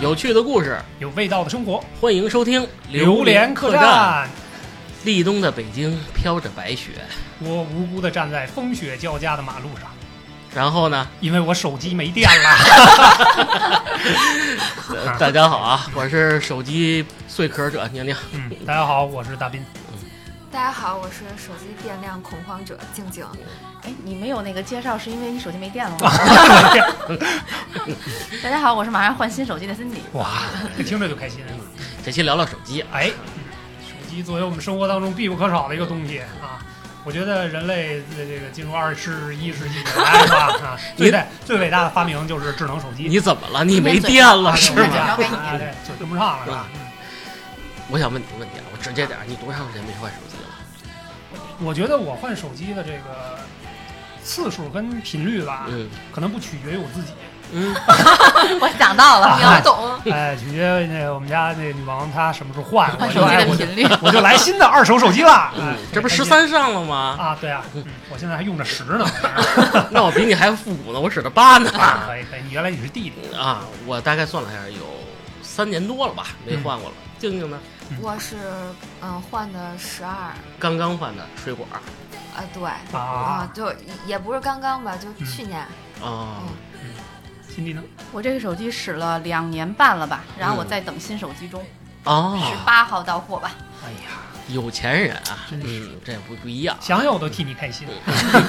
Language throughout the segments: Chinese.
有趣的故事，有味道的生活，欢迎收听《榴莲莲客客栈》。栈。立冬的北京飘着白雪，我无辜的站在风雪交加的马路上，然后 呢？因为我手机没电了。呃大家好啊，我是手机碎壳者宁宁。嗯，大家好，我是大斌。大家好，我是手机电量恐慌者静静。哎，你没有那个介绍，是因为你手机没电了 吗？ 大家好，我是马上换新手机的 Cindy。 哇，听着就开心是吧？这期聊聊手机啊，哎，嗯手机作为我们生活当中必不可少的一个东西啊。我觉得人类这这个进入二十一世纪以来是吧？啊，最大最伟大的发明就是智能手机。你怎么了？你没电了是是吗？吧啊对，就跟不上了是吧？我想问你个问题啊，我直接点儿，你多长时间没换手机了？嗯我觉得我换手机的这个次数跟频率吧，嗯可能不取决于我自己，嗯，啊我想到了，秒懂，哎，取决于那个我们家那女王她什么时候换，换我手就机哎的我就频率。 我就来新的二手手机了。哎嗯这不开十心三上了吗？啊？对啊，嗯我现在还用着十呢。啊那我比你还复古呢，我使的八呢。可以可以，你原来你是弟弟，啊，我大概算了一下，有三年多了吧，没换过了。静静呢，我是嗯换的十二，刚刚换的水果儿啊对，啊啊，就也不是刚刚吧，就去年，啊，新弟呢？我这个手机使了两年半了吧，然后嗯我在等新手机中，哦十啊，八号到货吧。 哎呀，有钱人啊，真是嗯，这不不一样。想想我都替你开心。哎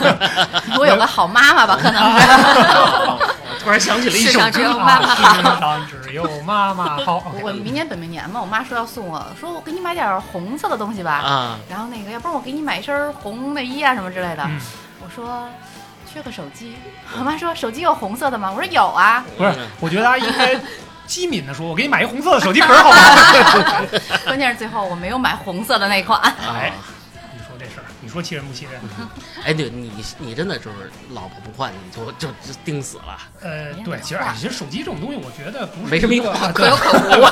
我有个好妈妈吧，可 能是。我 突然想起了一世首上只歌，有妈妈啊世界上只有妈妈好。OK 我明年本命年嘛，我妈说要送我，说我给你买点红色的东西吧。啊，然后那个，要不然我给你买一身红内衣啊什么之类的。嗯我说缺个手机， 我妈说手机有红色的吗？我说有啊。不是嗯，我觉得大家应该机敏的说，我给你买一红色的手机壳，好吗？关键是最后我没有买红色的那 款。哎哎，你说这事儿，你说气人不气人？哎，对你，你真的就是老婆不换，你就就就定死了。呃，没对，人其实哎其实手机这种东西，我觉得不是没什么一个用可有可无，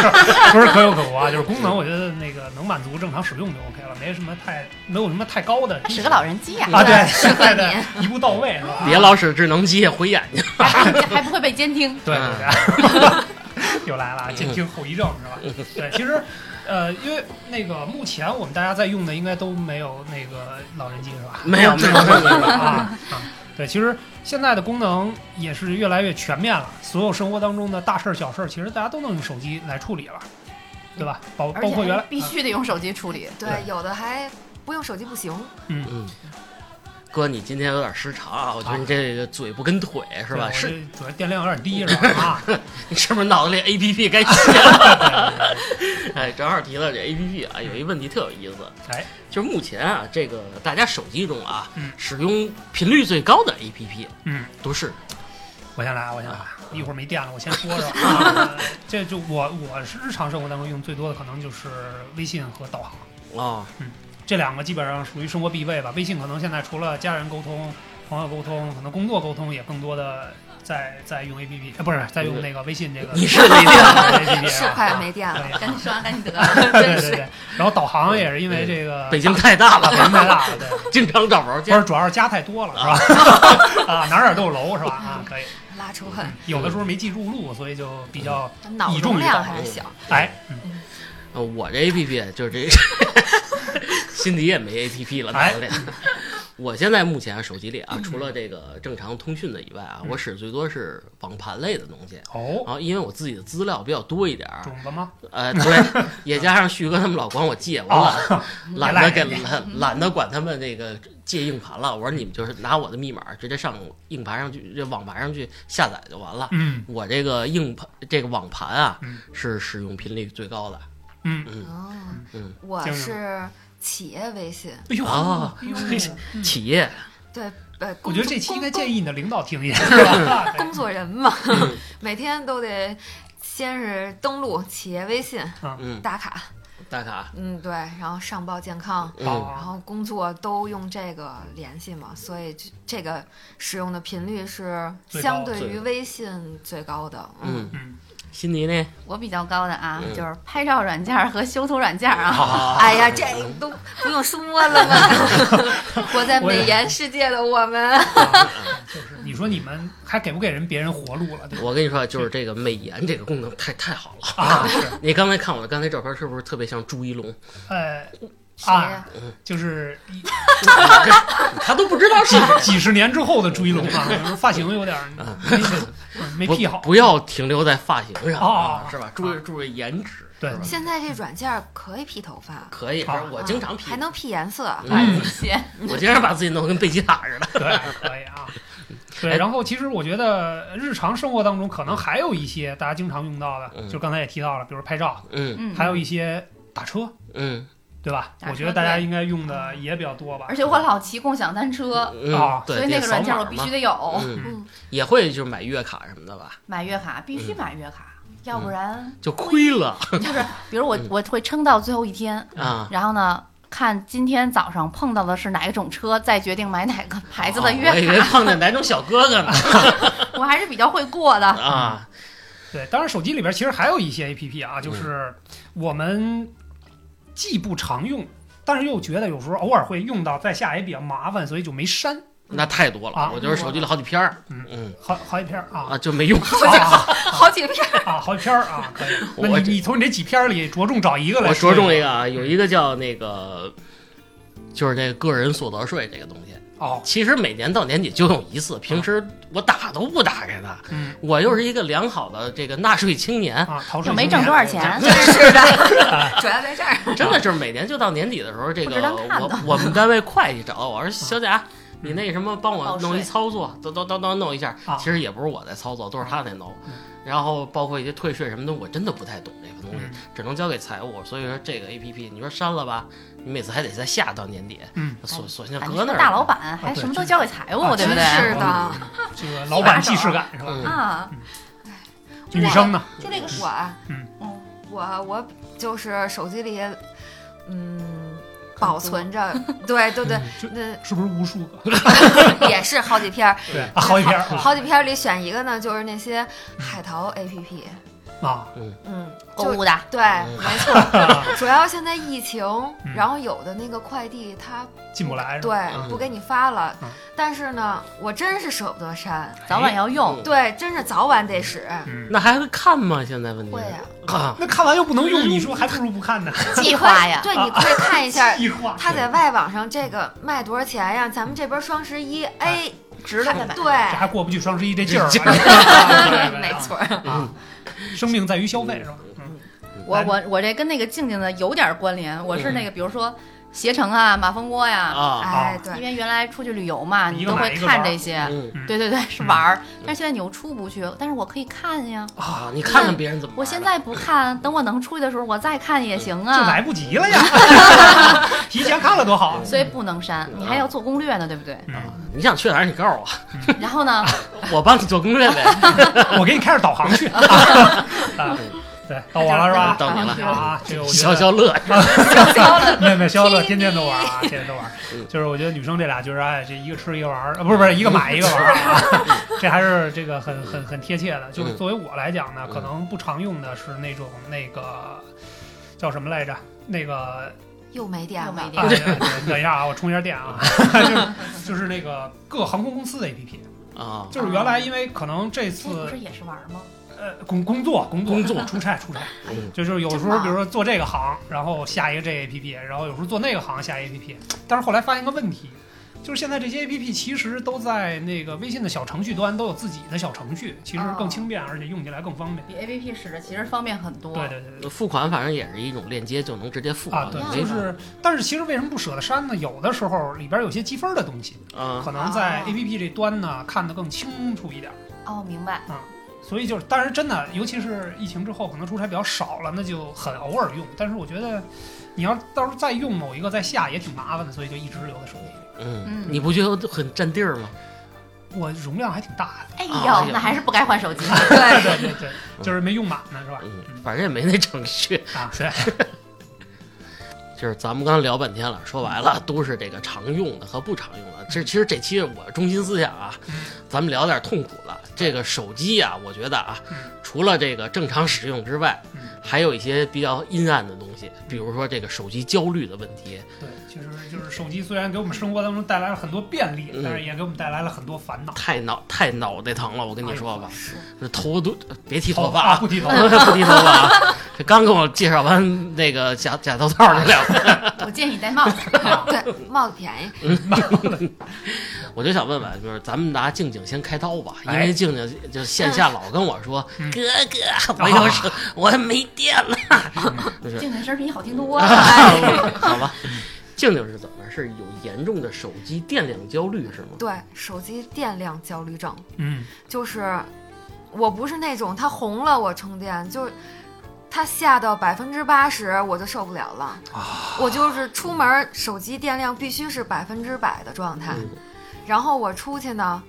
不是可有可无啊，就是功能，我觉得那个能满足正常使用就 OK 了，没什么太没有什么太高的他使个老人机呀、啊，对，适合对你对，一步到位是吧？别老使智能机毁眼睛。还不会被监听。对嗯对 对，又来了，减轻后遗症是吧？对，其实。呃，因为那个目前我们大家在用的应该都没有那个老人机是吧？ 没 有都是没有智能手机没有 啊啊！对，其实现在的功能也是越来越全面了，所有生活当中的大事儿、小事儿，其实大家都能用手机来处理了，对吧？包而包括原且来必须得用手机 处理，对，有的还不用手机不行，嗯，哥，你今天有点失常啊，我觉得你这个嘴不跟腿是吧？是，，对我这主要电量有点低是吧？ 啊，你是不是脑子里 A P P 该 切了？哎，正好提到这 A P P 啊，有一问题特有意思，哎，就是目前啊，这个大家手机中啊嗯，使用频率最高的 A P P 嗯，都是我先来啊，我先来啊，一会儿没电了，我先说说啊。 这就我我是日常生活当中用最多的可能就是微信和导航。啊，这两个基本上属于生活必备吧。微信可能现在除了家人沟通、朋友沟通，可能工作沟通也更多的在在用 APP，、呃、不是在用那个微信这个。你是没电， APP 是快没电了，对赶紧说完赶紧得。 对对对，然后导航也是因为这个北京太大了，大北 京太大了，对，经常找不着不家。是主要是家太多了是吧？ 啊，哪儿哪儿都有楼是吧？啊，可以，拉仇恨，有的时候没记住路，所以就比较嗯脑倚重容于量导还航是小。哎，嗯呃我这 A P P 就是这，辛迪也没 A P P 了，哎脑子里。我现在目前手机里 啊，除了这个正常通讯的以外啊，嗯我使最多是网盘类的东西。哦，啊，因为我自己的资料比较多一点儿，种子吗？呃， 对，也加上旭哥他们老管我借，我哦懒懒得给懒懒得管他们那个借硬盘了。我说你们就是拿我的密码直接上硬盘上去，这网盘上去下载就完了。嗯我这个硬盘这个网盘啊嗯，是使用频率最高的。嗯，嗯哦，嗯，我静静是企业微信，哎呦，啊哎呦，企业对，呃，我工觉得这期应该建议议嗯你的领导听一 下，是吧？啊工作人嘛， 每天都得先是登录企业微信嗯，打卡，大卡，嗯对，然后上报健康。嗯，然后工作都用这个联系嘛，所以这这个使用的频率是最高相对最于微信最高的。嗯，嗯，辛迪呢？我比较高的啊嗯，就是拍照软件和修图软件啊。哎呀，这个都 不用说了嘛，活在美颜世界的我们，就是你你说你们还给不给人别人活路了？对吧我跟你说，就是这个美颜这个功能太太好了。啊，是， 你刚才看我的刚才照片，是不是特别像朱一龙？呃，谁呀？就是他都不知道是几几十年之后的朱一龙啊，发型有点儿啊没没没不剃好。不要停留在发型上哦啊，是吧？注意注意颜值，对是吧现在这软件儿可以 P 头发，可以。好反正我经常啊皮还，能 P 颜色，嗯谢。我经常把自己弄得跟贝吉塔 似的。对，可以啊。对，哎然后其实我觉得日常生活当中可能还有一些大家经常用到的，嗯就刚才也提到了，比如拍照，嗯嗯，还有一些打车，嗯对吧？打车我觉得大家应该用的也比较多吧而。且我老骑共享单车，嗯啊，对，所以那个得软件扫我码必嘛须得有，嗯，嗯，也会就是买月卡什么的吧，买月卡必须嗯买月卡，要 不然就亏了就是比如我嗯我会撑到最后一天，啊。然后呢。看今天早上碰到的是哪一种车，再决定买哪个牌子的哦我以月为碰 见哪种小哥哥呢卡，我还是比较会过的。啊，对，当然手机里边其实还有一些 A P P 啊，嗯就是我们既不常用，但是又觉得有时候偶尔会用到，在下也比较麻烦，所以就没删，那太多啊了。我就是手机里好几篇儿，嗯嗯好好几篇儿啊 啊，就没用。啊好几篇儿啊，好几篇儿啊，可以。 我那这你你从你这几篇儿里着重找一个来，我着重一个啊，有一个叫那个，就是这个个人所得税这个东西，哦，其实每年到年底就用一次，平时我打都不打开它。嗯我又是一个良好的这个纳税青年，啊，逃税又没挣多少钱，啊是的， 主要在这儿。真的就是每年就到年底的时候，这不个值当看的我我们单位会计找我说小嗯贾。你那什么，帮我报税弄一操作，叨叨叨叨弄一下啊。其实也不是我在操作，都是他在弄嗯。然后包括一些退税什么的，我真的不太懂这个东西嗯，只能交给财务。所以说这个 A P P，你说删了吧，你每次还得再下到年底。嗯，索索性啊你搁是那儿大老了。板，还对什么都交给财务，啊对不对？是的，这个老板既视感是吧？嗯啊，女生呢？就这个我啊，嗯嗯我我就是手机里，嗯，保存着，对对对，嗯就是那是不是无数个？ 也是好几篇儿，对，啊好几篇儿啊好几篇儿里选一个呢，就是那些海淘 APP，啊嗯，购就物的，对，嗯没错，啊，主要现在疫情嗯，然后有的那个快递它进不来是吧？对不给你发了嗯，但是呢，我真是舍不得删，早晚要用。嗯对，真是早晚得使，嗯，那还会看吗？现在问题会呀， 啊，那看完又不能用，你说还不如不看呢？。计划呀你可以对，你可以看一 下计划它在外网上这个卖多少钱呀？咱们这边双十一，哎，值得买这对，还过不去双十一这劲儿这劲 啊，没错。啊，嗯生命在于消费是吧？嗯我我我这跟那个静静的有点关联，我是那个比如说携程啊、马蜂窝呀，啊，哎，因对，为原来出去旅游嘛，一你个都买会一个玩看儿这些。嗯对对对，是玩儿，但是现在你又出不去，但是我可以看呀。啊啊，，你看看别人怎么玩的。我现在不看，等我能出去的时候，我再看也行这啊来。不及了呀， 提前看了多好。啊所以不能删，你还要做攻略呢，对不对？嗯，你想去哪儿，你告诉我，然后呢，我帮你做攻略 呗。我给你开始导航去。啊对，到我了是吧？到你了啊，这个我觉得消消乐， 没没，消消乐天天都玩啊，天天都 玩。就是我觉得女生这俩就是哎，这一个吃一个玩儿，啊不是不是一个买一个玩儿啊， 这还是这个很很很贴切的。就是作为我来讲呢，嗯可能不常用的是那种那个叫什么来着？那个又没电又没了，电啊，等一下啊，我充一下电 啊，就是就是那个各航空公司的 APP， 啊，就是原来因为可能这这不次是也是玩儿吗？呃工工作哦工作工作出差出差，嗯就就是有时真啊候，忙比如说做这个行，然后下一个这 A P P，然后有时候做那个行下一个 A P P，但是后来发现一个问题，就是现在这些 A P P 其实都在那个微信的小程序端都有自己的小程序，其实哦更轻便，而且用起来更方便。比 A P P 使着其实方便很多。对对对对。付款反正也是一种链接，就能直接付款，啊，对，没就法是，但是其实为什么不舍得删呢？有的时候里边有些积分的东西，啊，可能在啊 A P P 这端呢看得更清楚一点。哦，明白。所以就是，当然真的，尤其是疫情之后，可能出差比较少了，那就很偶尔用。但是我觉得，你要到时候再用某一个再下也挺麻烦的，所以就一直留在手机里。嗯，嗯你不觉得很占地儿吗？我容量还挺大的，哎呦，啊哎呦那还是不该换手 机。对对， 对对对，就是没用满呢，是吧？嗯，反正也没那程序。 啊，对，就是咱们刚聊半天了，说白了都是这个常用的和不常用的。这其实这期我中心思想啊，咱们聊点痛苦的。这个手机啊，我觉得啊嗯，除了这个正常使用之外嗯，还有一些比较阴暗的东西，比如说这个手机焦虑的问题。对，其实就是手机虽然给我们生活当中带来了很多便利，嗯但是也给我们带来了很多烦恼。太脑太脑袋疼了，我跟你说吧，是这头都别提头头发发啊，不剃头发，不提头发啊！这刚跟我介绍完那个假假头套那两 个， 我建议你戴帽子。 对，帽子便宜，我就想问问，就是咱们拿静静先开刀吧，因哎为静静就线下老跟我说：“嗯哥哥，我有手，我没电 了。静静声比你好听多 了。哎”好吧，静静是怎么？是有严重的手机电量焦虑是吗？对，手机电量焦虑症，嗯，就是我不是那种它红了我充电，就是它下到百分之八十我就受不了了，我就是出门手机电量必须是百分之百的状态，嗯然后我出去呢，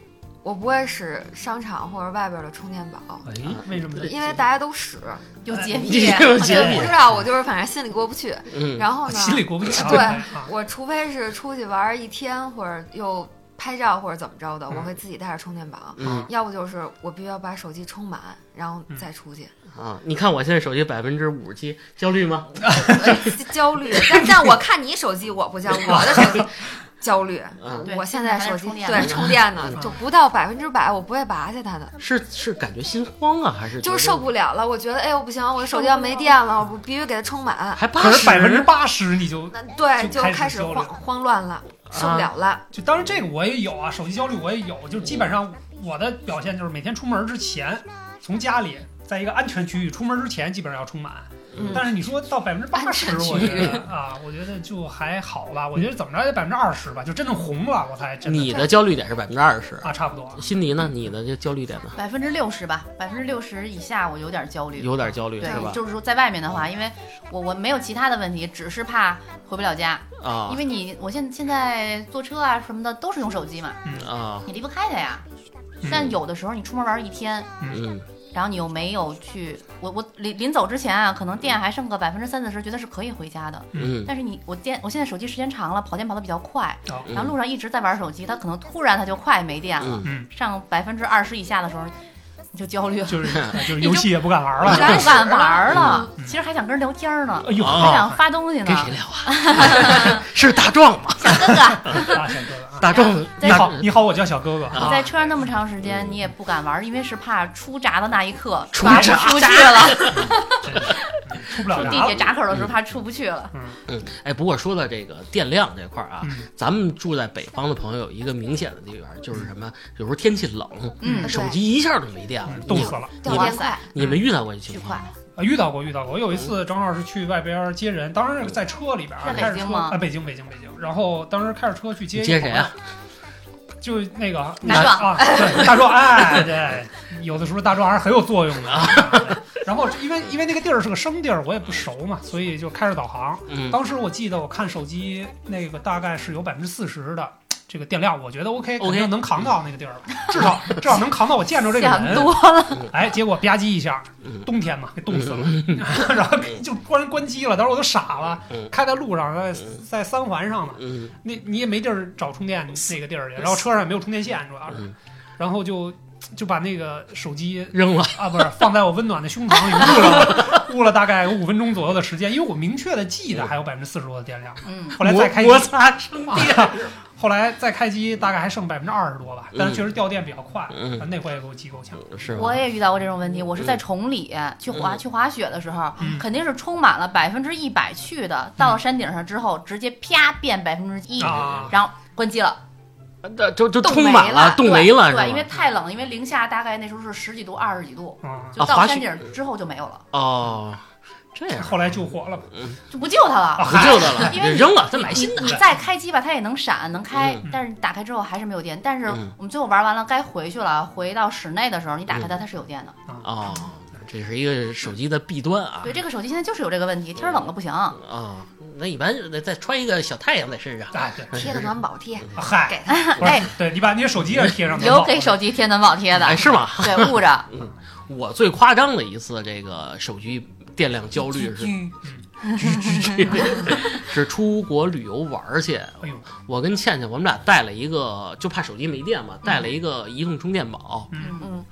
我不会使商场或者外边的充电宝，哎，为什么呢？因为大家都使，有洁 癖，有洁癖不知道我就是反正心里过不去，嗯，然后呢，心里过不去啊。对啊我除非是出去玩一天，或者又拍照或者怎么着的，我会自己带着充电宝。嗯要不就是我必须要把手机充满，然后嗯再出去。 啊，你看我现在手机百分之五十七，焦虑吗？呃焦虑，但但我看你手机，我不焦虑，我的手机焦虑。嗯，对我现在手机现在还是充电呢对充电呢嗯，就不到百分之百，我不会拔下它的，是是感觉心慌啊，还是就觉是得受不了了。我觉得哎呦不行，我的手机要没电了，我必须给它充满。还八可十是百分之八十你就那对，就就开始开始焦虑啊慌慌乱了，受不了了。就当然这个我也有啊，手机焦虑我也有，就基本上我的表现就是每天出门之前，从家里在一个安全区域出门之前基本上要充满。嗯但是你说到百分之八安十全，区域我觉得啊，我觉得就还好吧，我觉得怎么着也得百分之二十吧，就真的红了我才真的你的焦虑点是百分之二十，啊，差不多 啊。辛迪呢？你的这焦虑点呢？百分之六十吧，百分之六十以下我有点焦虑。有点焦虑对是吧，？就是说在外面的话，因为我我没有其他的问题，只是怕回不了家，啊，因为你我现现在坐车啊什么的都是用手机嘛，啊，你离不开它呀。嗯但有的时候你出门玩一天，嗯，然后你又没有去，我我临临走之前啊，可能电还剩个百分之三四十，觉得是可以回家的。嗯，但是你我电我现在手机时间长了，跑电跑得比较快，嗯然后路上一直在玩手机，它可能突然它就快没电了，嗯嗯，上百分之二十以下的时候，你就焦虑了，就是就是游戏也不敢玩你了就。不敢玩了嗯。其实还想跟人聊天呢，哎呦，啊还想发东西呢跟。谁聊啊？ 是大壮吗？小哥哥，啊，小哥哥啊，大壮，你对大好，你好，我叫小哥哥。啊你在车上那么长时间，你也不敢玩，因为是怕出闸的那一刻出拔不闸出去了，真是嗯出不了地铁闸。闸口的时候怕出不去了。嗯，哎，不过说到这个电量这块儿啊，嗯咱们住在北方的朋友有一个明显的地方就是什么？有时候天气冷，嗯，手机一下就没电了嗯，冻你死了！掉你们电快，你们遇到过这巨情况快吗？，啊，遇到过，遇到过。我有一次正好是去外边接人，当时是在车里边啊，在北开着京车吗啊，北京，北京，北京。然后当时开着车去接你一接朋谁友啊？？就那个大壮啊，对，大壮，哎，对，有的时候大壮还是很有作用的。啊 然后因为因为那个地儿是个生地儿，我也不熟嘛，所以就开着导航。嗯，当时我记得我看手机那个大概是有百分之四十的这个电量，我觉得 OK，肯 OK 定能扛到那个地儿了，至少至少能扛到我见着这个想人。多了。哎，结果吧唧一下嗯，冬天嘛，给冻死了， 然后就关关机了。当时我都傻了嗯，开在路上，在在三环上嘛，嗯那你也没地儿找充电那个地儿去，然后车上也没有充电线，主要是嗯，然后就就把那个手机扔了，啊，不是放在我温暖的胸膛里捂了捂了大概有五分钟左右的时间，因为我明确的记得还有百分之四十多的电量。嗯，后来再开机嗯摩摩擦生电。啊后来再开机大概还剩百分之二十多吧，但是确实掉电比较快，嗯啊那回也给我急够呛。是嗯我吧？也遇到过这种问题。我是在崇礼去滑嗯去滑雪的时候嗯，肯定是充满了百分之一百去的，到了山顶上之后，直接啪变百分嗯之一，啊然后关机了，这就就冻充满了，冻没了是吧？对，因为太冷了，因为零下大概那时候是十几度、二十几度，啊、就滑到雪山顶之后就没有了，哦，这样后来救火了嘛，就不救它了。不救的了，哦 因为你啊 扔了，再买新的。你再开机吧，它也能闪能开嗯，但是你打开之后还是没有电。但是嗯我们最后玩完了，该回去了，回到室内的时候，你打开嗯它，它是有电的。啊哦，这是一个手机的弊端啊对，。这个手机现在就是有这个问题，天儿冷了不行。啊，那一般得再啊穿一个小太阳在身上。哎对，贴个暖宝贴，啊嗨，给它。不是哎，对你把你的手机也贴上，有给手机贴暖宝贴的哎，，是吗？对，捂 着。我最夸张的一次这个手机电量焦虑是嗯 是出国旅游玩儿去，哎呦，我跟倩倩我们俩带了一个，就怕手机没电嘛，带了一个移动充电宝，嗯嗯，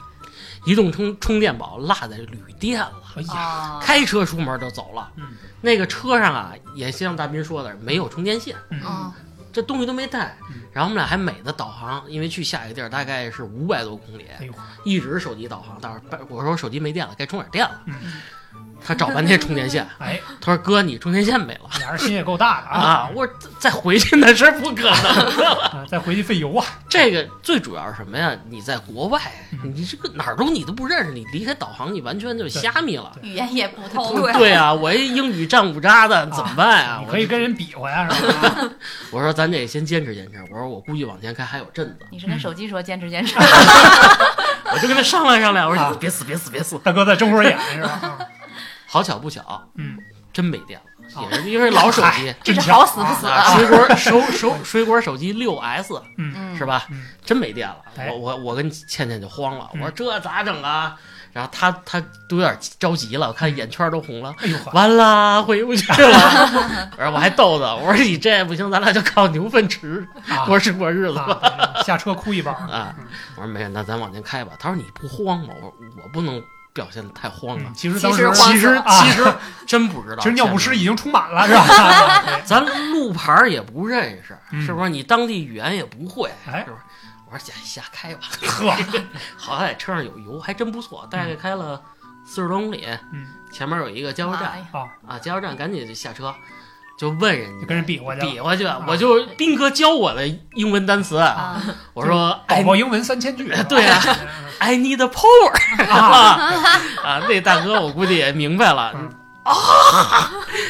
移动充充电宝落在旅店了，哎呀，啊，开车出门就走了。嗯那个车上啊，也像大斌说的，没有充电线，哦嗯，嗯，这东西都没带嗯。然后我们俩还美的导航，因为去下一个地儿大概是五百多公里，哎呦，一直手机导航。到时候我说手机没电了，该充点电了嗯。他找半天充电 线，哎，他说哥，你充电线没了。俩人心也够大的啊啊！！我说再回去那是不可能的。啊再回去费油啊！这个最主要是什么呀？你在国外，嗯你这个哪儿都你都不认识，你离开导航，你完全就瞎迷了。语言也不通，对对啊，我一英语战五渣的怎么办啊？你我可以跟人比划呀，是吧？ 我说咱得先坚持坚持。我说我估计往前开还有阵子，你是跟手机说坚持 坚持，我就跟他商量商量。我说啊你别死别死别死。大哥在中国演是吧？好巧不巧，嗯，哦真没电了，也是因为 老手机。这真是巧好死不死啊，啊！水果手手水果手机六 S 嗯嗯，是吧？嗯真没电了，哎我我我跟倩倩就慌了，我嗯说这咋整啊？然后她她都有点着急了，我嗯看眼圈都红了，哎呦呵，完啦，回不去了。我说我还逗她，我说你这不行，咱俩就靠牛粪吃啊过是过日子吧。啊嗯下车哭 一包啊，我说没有，那咱往前开吧。她说你不慌吗？我说我不能表现的太慌了嗯。其实当时其实慌其实啊其实真不知道，其实尿不湿倩已倩经充满了是吧？ 咱路牌儿也不认识，嗯是不是？你当地语言也不会，哎是不是？我说瞎瞎开吧。对 呵， 好歹车上有油，还真不错。大概开了四十多公里，嗯前面有一个 加油妈站呀，啊，啊，加油站赶紧就下车，就问人就家跟人比啊划去了比划去，我就斌哥教我的英文单词，啊，我说宝 I 宝英文三千句，对啊 啊，嗯 I need power 啊 啊，那大哥我估计也明白了嗯啊，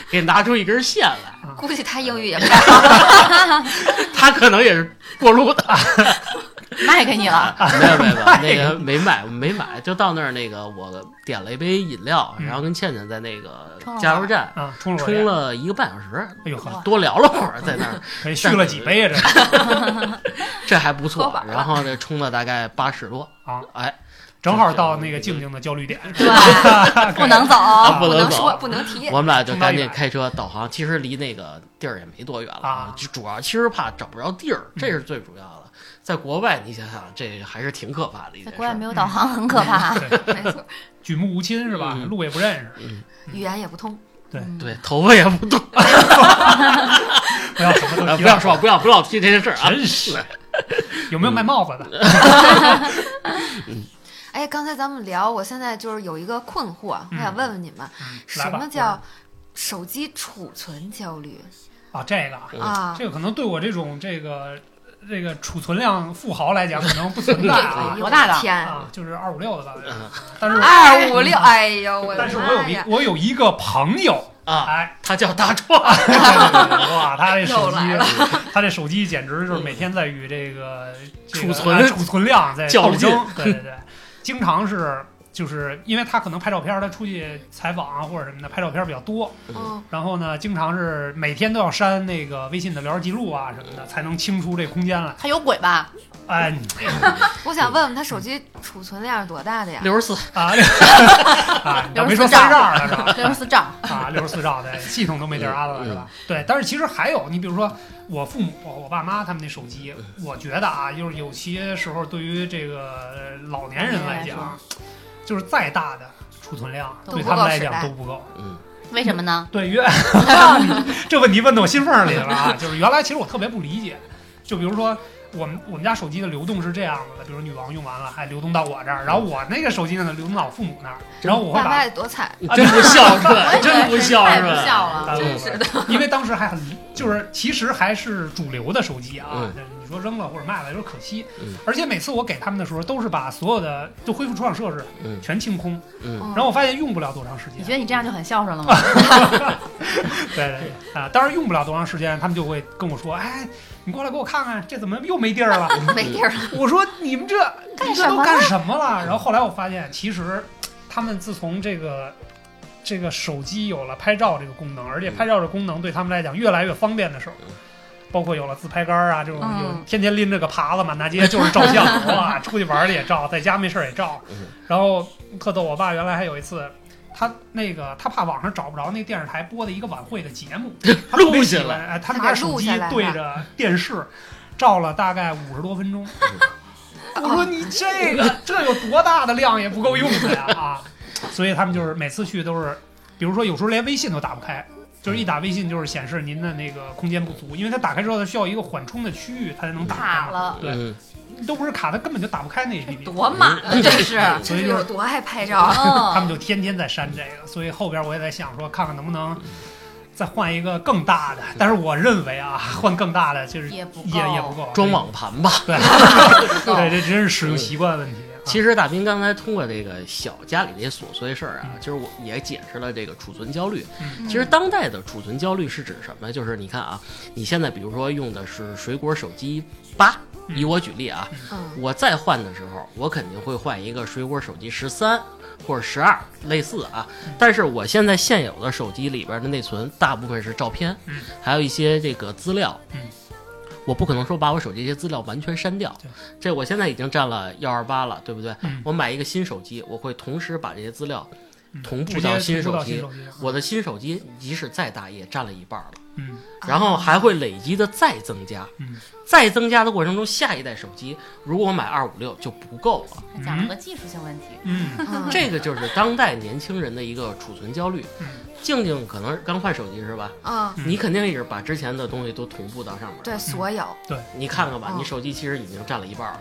给拿出一根线来，估计他英语也不太好。他可能也是过路的，卖给你 了， 没有没有没有，那个没买没买，就到那儿那个我点了一杯饮料，嗯然后跟倩倩在那个冲了加油站啊，冲了我冲脸，了一个半小时，哎呦呵，多聊了会儿，在那儿，可以续了几杯啊这这还不错喝饱。了然后呢，冲了大概八十多，啊，哎，正好到那个静静的焦虑点，对， 不能走，啊不不能能走说，。不能提我。们俩就冲到赶一紧百开车导航，其实离那个地儿也没多远了啊就主要其实怕找不着地儿，这是最主要的。在国外，你想想，这还是挺可怕的一在件国外没事。有导航很可怕，没错，举目无亲是吧？嗯路也不认 识，语言也不通。嗯，对，头发也不多，不要什么都啊提 不到要说，不要不要提这件事儿啊。真是，有没有卖帽子嗯的？哎，刚才咱们聊，我现在就是有一个困惑，我想问问你们，嗯什来吧么叫手机储存焦虑啊？这个啊，嗯啊？这个可能对我这种这个这个储存量富豪来讲，可能不存在哎啊 呦多大的我天，啊，就是二五六的吧嗯。但是，二啊五六，哎呦，我的但是我有妈一呀！我有一个朋友，啊，哎，他叫大壮，哇，他这手又机来了，他这手机简直就是每天在与这个这储个存啊储存量在较斗劲争，对对对，经常是。就是因为他可能拍照片儿，他出去采访啊或者什么的，拍照片儿比较多，嗯，然后呢，经常是每天都要删那个微信的聊天记录啊什么的，才能清出这空间来。他有鬼吧？哎，我想问问他手机储存量是多大的呀？六十四，啊，啊，要没六说十四三兆十二了是吧？六十四兆，啊，六十四兆的系统都没地儿安了是吧？对，但是其实还有，你比如说我父母、我爸妈他们那手机，我觉得啊，就是有些时候对于这个老年人来讲，就是再大的储存量，都对不他们够来使讲的都不够。嗯为什么呢？对，原 这问题问到我心缝儿里了啊！就是原来其实我特别不理解，就比如说我们我们家手机的流动是这样子的，比如女王用完了，还流动到我这儿，然后我那个手机呢流动到我父母那儿，然后我会爸妈把，得多惨，你真不孝顺，真不孝太顺不，孝啊了，真是的。因为当时还很就是其实还是主流的手机啊，嗯你说扔了或者卖了有点可惜嗯，而且每次我给他们的时候都是把所有的就恢复出厂设置嗯全清空，嗯，然后我发现用不了多长时你间觉，得你这样就很孝顺 了吗？对对对啊，当然用不了多长时间，他们就会跟我说，哎，你过来给我看看，这怎么又没地儿了？没地儿了， 我说你们这干你这什都么干什么了？然后后来我发现，其实他们自从这个这个手机有了拍照这个功能，而且拍照这功能对他们来讲越来越方便的时候嗯，包括有了自拍杆啊这种，嗯有天天拎着个耙子满大街就是照 相，哇，出去玩儿也照，在家没事儿也照嗯。然后特逗，我爸原来还有一次。他那个，他怕网上找不着那电视台播的一个晚会的节目，他特别录下喜欢哎，他他拿给手录机下来对了 着电视照了大概五十多分钟，我说你这个这有多大的量也不够用的呀啊！所以他们就是每次去都是，比如说有时候连微信都打不开，就是一打微信就是显示您的那个空间不足，因为它打开之后它需要一个缓冲的区域，它才能打卡开嘛。了，对，嗯，都不是卡，它根本就打不开那 APP。多满了，这是。这嗯所以是就是有多爱拍照？啊 他们嗯，就天天在删这个，所以后边我也在想说，看看能不能再换一个更大的。但是我认为啊，换更大的就是也不够也也不够，装网盘吧。对对，这真是使用习惯问题。啊哦嗯其实大兵刚才通过这个小家里这些琐碎事儿啊，其实我也解释了这个储存焦虑。嗯其实当代的储存焦虑是指什么？就是你看啊，你现在比如说用的是水果手机八，嗯以我举例啊，嗯，我再换的时候，我肯定会换一个水果手机十三或者十二类似啊。但是我现在现有的手机里边的内存大部分是照片，嗯还有一些这个资料，嗯我不可能说把我手机这些资料完全删掉对。这我现在已经占了幺二八了，对不对？嗯我买一个新手机，我会同时把这些资料嗯同步直接到同新步手到机。新手机上，我的新手机即使再大，也占了一半了。嗯然后还会累积的再增加，嗯再增加的过程中，下一代手机如果我买二五六就不够了。还讲了个技术性问题。嗯嗯这个就是当代年轻人的一个储存焦虑。静静可能刚换手机是吧？嗯，嗯你肯定也是把之前的东西都同步到上面。，对，所有你看看吧，嗯你手机其实已经占了一半了。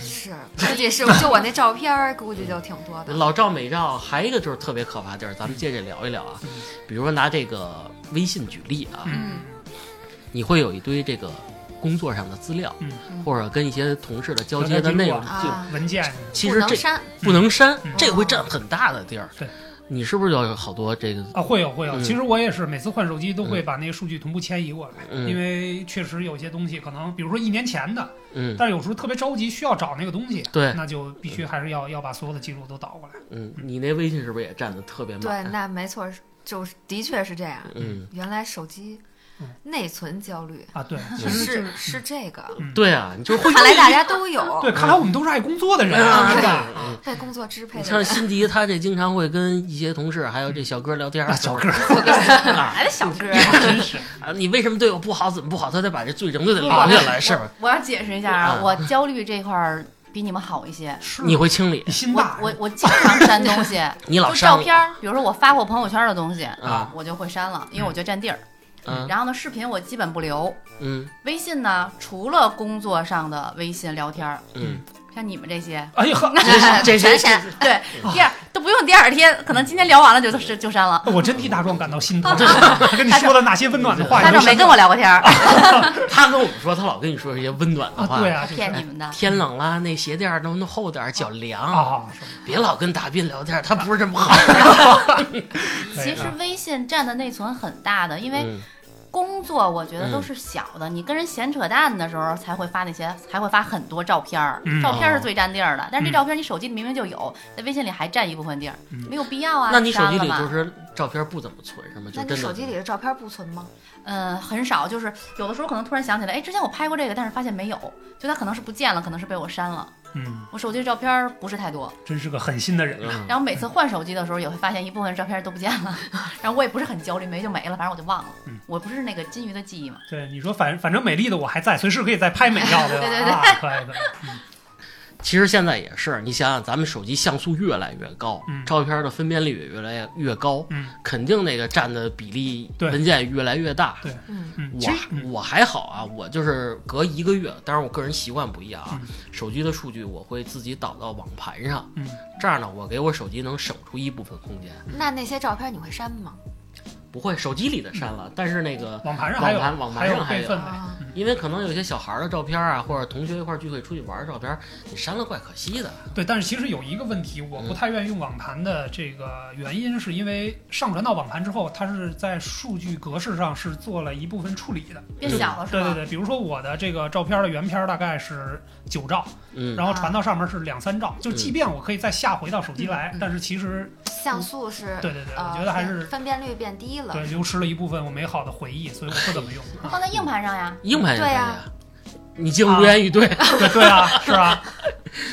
是，估计是就我那照片儿，估计就挺多的。老赵、美照，还一个就是特别可怕的地儿，咱们借这聊一聊啊嗯。比如说拿这个微信举例啊，嗯你会有一堆这个工作上的资料，嗯嗯或者跟一些同事的交接的内容聊天记录，啊，嗯文件其不实能这删，不能删嗯，这会占很大的地儿。对，你是不是要有好多这个？啊，会有会有。嗯其实我也是每次换手机都会把那个数据同步迁移过来，嗯因为确实有些东西可能，比如说一年前的，嗯，但是有时候特别着急需要找那个东西，对，那就必须还是要要把所有的记录都导过来。嗯，你那微信是不是也占的特别对，满？那没错，就是的确是这样。嗯，原来手机嗯内存焦虑啊，对，嗯其实就是是这个，嗯对啊，你就会看来大家都有对，看来我们都是爱工作的人嗯啊，是吧是吧？？嗯被工作支配你的像人。辛迪，他这经常会跟一些同事还有这小哥聊天儿，啊，小哥， 啊，来的小哥，哎真是，啊你为什么对我不好？怎么不好？他得把这罪证都得留下来， 是吧？我要解释一下啊啊，我焦虑这块儿比你们好一些。是啊你会清理你，心我大，我我经常删东西，你 老就照删我片儿，比如说我发过朋友圈的东西啊，我就会删了，因为我觉得占地儿。嗯然后呢，视频我基本不留。嗯微信呢，除了工作上的微信聊天儿，嗯，像你们这些，哎呀呵，这闪这这闪， 对，第二都不用第二天，可能今天聊完了就就就删了。我真替大壮感到心疼，跟你说的那些温暖的话，大你都壮没删跟我聊过天儿， 他跟我们说，他老跟你说这些温暖的啊，话对。啊，就是骗你们 的。天冷了，那鞋垫儿都弄厚点儿，脚凉。啊，是别老跟大斌聊天儿，他不是这么好。对其实啊微信占的内存很大的，因为嗯工作我觉嗯得都是小的，你跟人闲扯淡的时候才会发那些，才会发很多照片儿，嗯照片儿是最占地儿的。但嗯是这照片你手机里明明就有，在微信里还占一部分地儿，嗯没有必要啊。那你手删机了里吧就是照片不怎么存是吗？就那真你的手机里的照片不存吗？嗯，很少，就是有的时候可能突然想起来，哎，之前我拍过这个，但是发现没有，就它可能是不见了，可能是被我删了。嗯，我手机照片儿不是太多，真是个狠心的人啊，嗯然后每次换手机的时候也会发现一部分照片都不见了， 然后我也不是很焦虑，没就没了，反正我就忘了嗯。我不是那个金鱼的记忆嘛，对，你说反反正美丽的我还在，随时可以再拍美照，对吧？对对对啊，可以可以，其实现在也是，你想想，咱们手机像素越来越高，嗯照片的分辨率也越来越高，嗯肯定那个占的比例对文件也越来越大。对嗯，嗯，我其实嗯我还好啊，我就是隔一个月，当然我个人习惯不一样啊，嗯手机的数据我会自己导到网盘上，嗯这样呢，我给我手机能省出一部分空间，嗯那那些照片你会删吗？不会手机里的删嗯了，但是那个网盘上还有网盘网盘上还还有有备份的，啊，因为可能有些小孩儿的照片啊，或者同学一块儿聚会出去玩儿的照片，你删了怪可惜的。对，但是其实有一个问题，我不太愿意用网盘的这个原因，是因为上传到网盘之后，它是在数据格式上是做了一部分处理的。变小了是对吧？对对，比如说我的这个照片的原片大概是九兆，嗯，然后传到上面是两三兆，就即便我可以再下回到手机来嗯嗯，但是其实像素是对对对，呃我觉得还是分辨率变低了对，流失了一部分我美好的回忆，所以我不怎 么用。啊放在硬盘上呀。硬盘也可以对啊啊，你竟无言以对。对对啊，是啊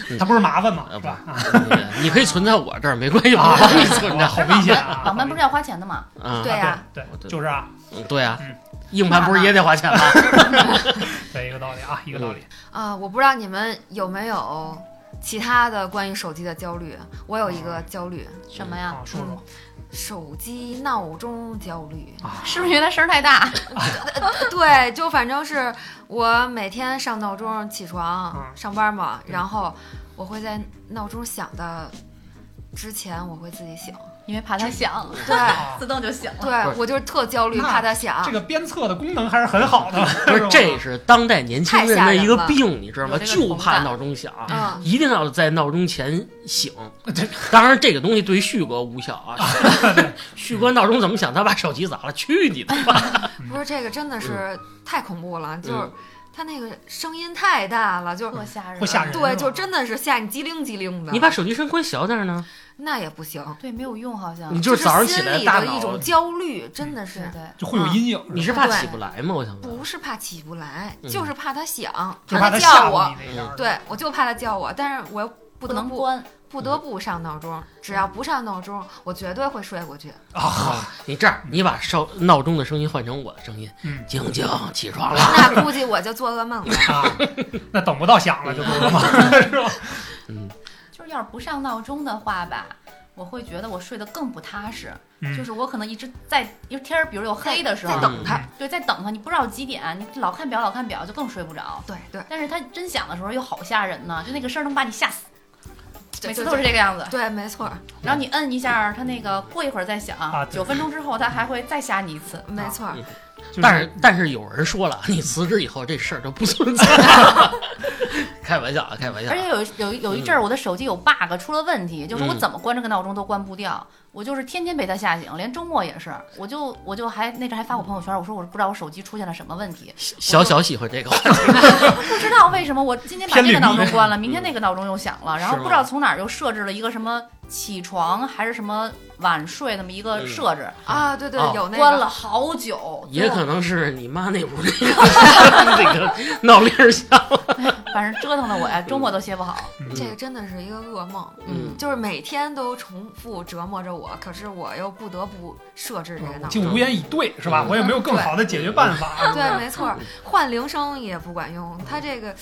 嗯，它不是麻烦嘛，啊是吧？啊，对你可以存在我这儿，没关系，我啊帮你存着。好危险啊！网盘不是要花钱的吗？啊，对啊对我对就是啊，嗯对啊嗯，硬盘不是也得花钱吗？对，一个道理啊，一个道理。啊、我不知道你们有没有其他的关于手机的焦虑，我有一个焦虑，什么呀？嗯啊，说说手机闹钟焦虑。啊，是不是因为它声儿太大？ 对，就反正是我每天上闹钟起床嗯上班嘛，对然后我会在闹钟响的之前我会自己醒。 因为怕它响，对，啊自动就醒了。不对是我就是特焦虑，那怕它响。这个鞭策的功能还是很好的， 不是吧，这是当代年轻人的一个太吓病，你知道吗？有这个就怕同感闹钟响，嗯，一定要在闹钟前醒。这当然，这个东西对于旭哥无效啊。旭哥闹钟怎么响？他把手机砸了，去你的哎吧！不是这个真的是太恐怖了，就是它那个声音太大了，就是特吓人，会吓人对，就真的是吓你机灵机灵的。你把手机声关小点儿呢，那也不行，对，没有用，好嗯像你嗯就就是早上起心来里大的脑嗯一，种焦虑，真的对是对，就会有阴影，嗯你是怕起不来吗？我想问。不是怕起不来，嗯就是怕它响，就怕它它叫吓我唬。你那样。，对，我就怕它叫我，但是我又不不得能嗯不关。不得不上闹钟，只要不上闹钟，我绝对会睡 过去。啊，你这样，你把烧闹钟的声音换成我的声音，嗯静静起床了。那估计我就做噩梦了。啊，那等不到响了就不了嘛，是吧？就是要是不上闹钟的话吧，我会觉得我睡得更不踏实。嗯就是我可能一直在，因为天儿比如有黑的时在候，等它。对，在等它，你不知道几点，你老看表老看表就更睡不着。对对但是它真响的时候又好吓人呢，就那个声儿能把你吓死，对每次对都是这个嗯样子。对，没错儿，然后你摁一下，它那个过一会儿再响，啊对九分钟之后它还会再吓你一次。没错儿。就但是但是有人说了， 你辞职以后这事儿就不存在 了。开玩笑啊，开玩笑而。且有一有一有一阵儿，我的手机有 bug 出了问题，就是我嗯怎么关这个闹钟都关不掉，我就是天天被它吓醒，连周末也是，我就我就还那阵儿还发我朋友圈，我说我不知道我手机出现了什么问题，小小喜欢这个话题，不知道为什么我今天把这个闹钟关了，明天那个闹钟又响了，然后嗯是吗不知道从哪儿又设置了一个什么起床还是什么晚睡那么一个设置，啊，对对，哦有那个关了好久， 嗯也可能是你妈那屋 那个那个闹铃儿响。反正折腾的我呀，周末都歇不好。这个真的是一个噩梦，嗯就是每天都重复折磨着我，可是我又不得不设置这个闹就钟。嗯无言以对，是吧？嗯我也没有更好的解决办哦法。对，没错儿，换铃声也不管用，它这个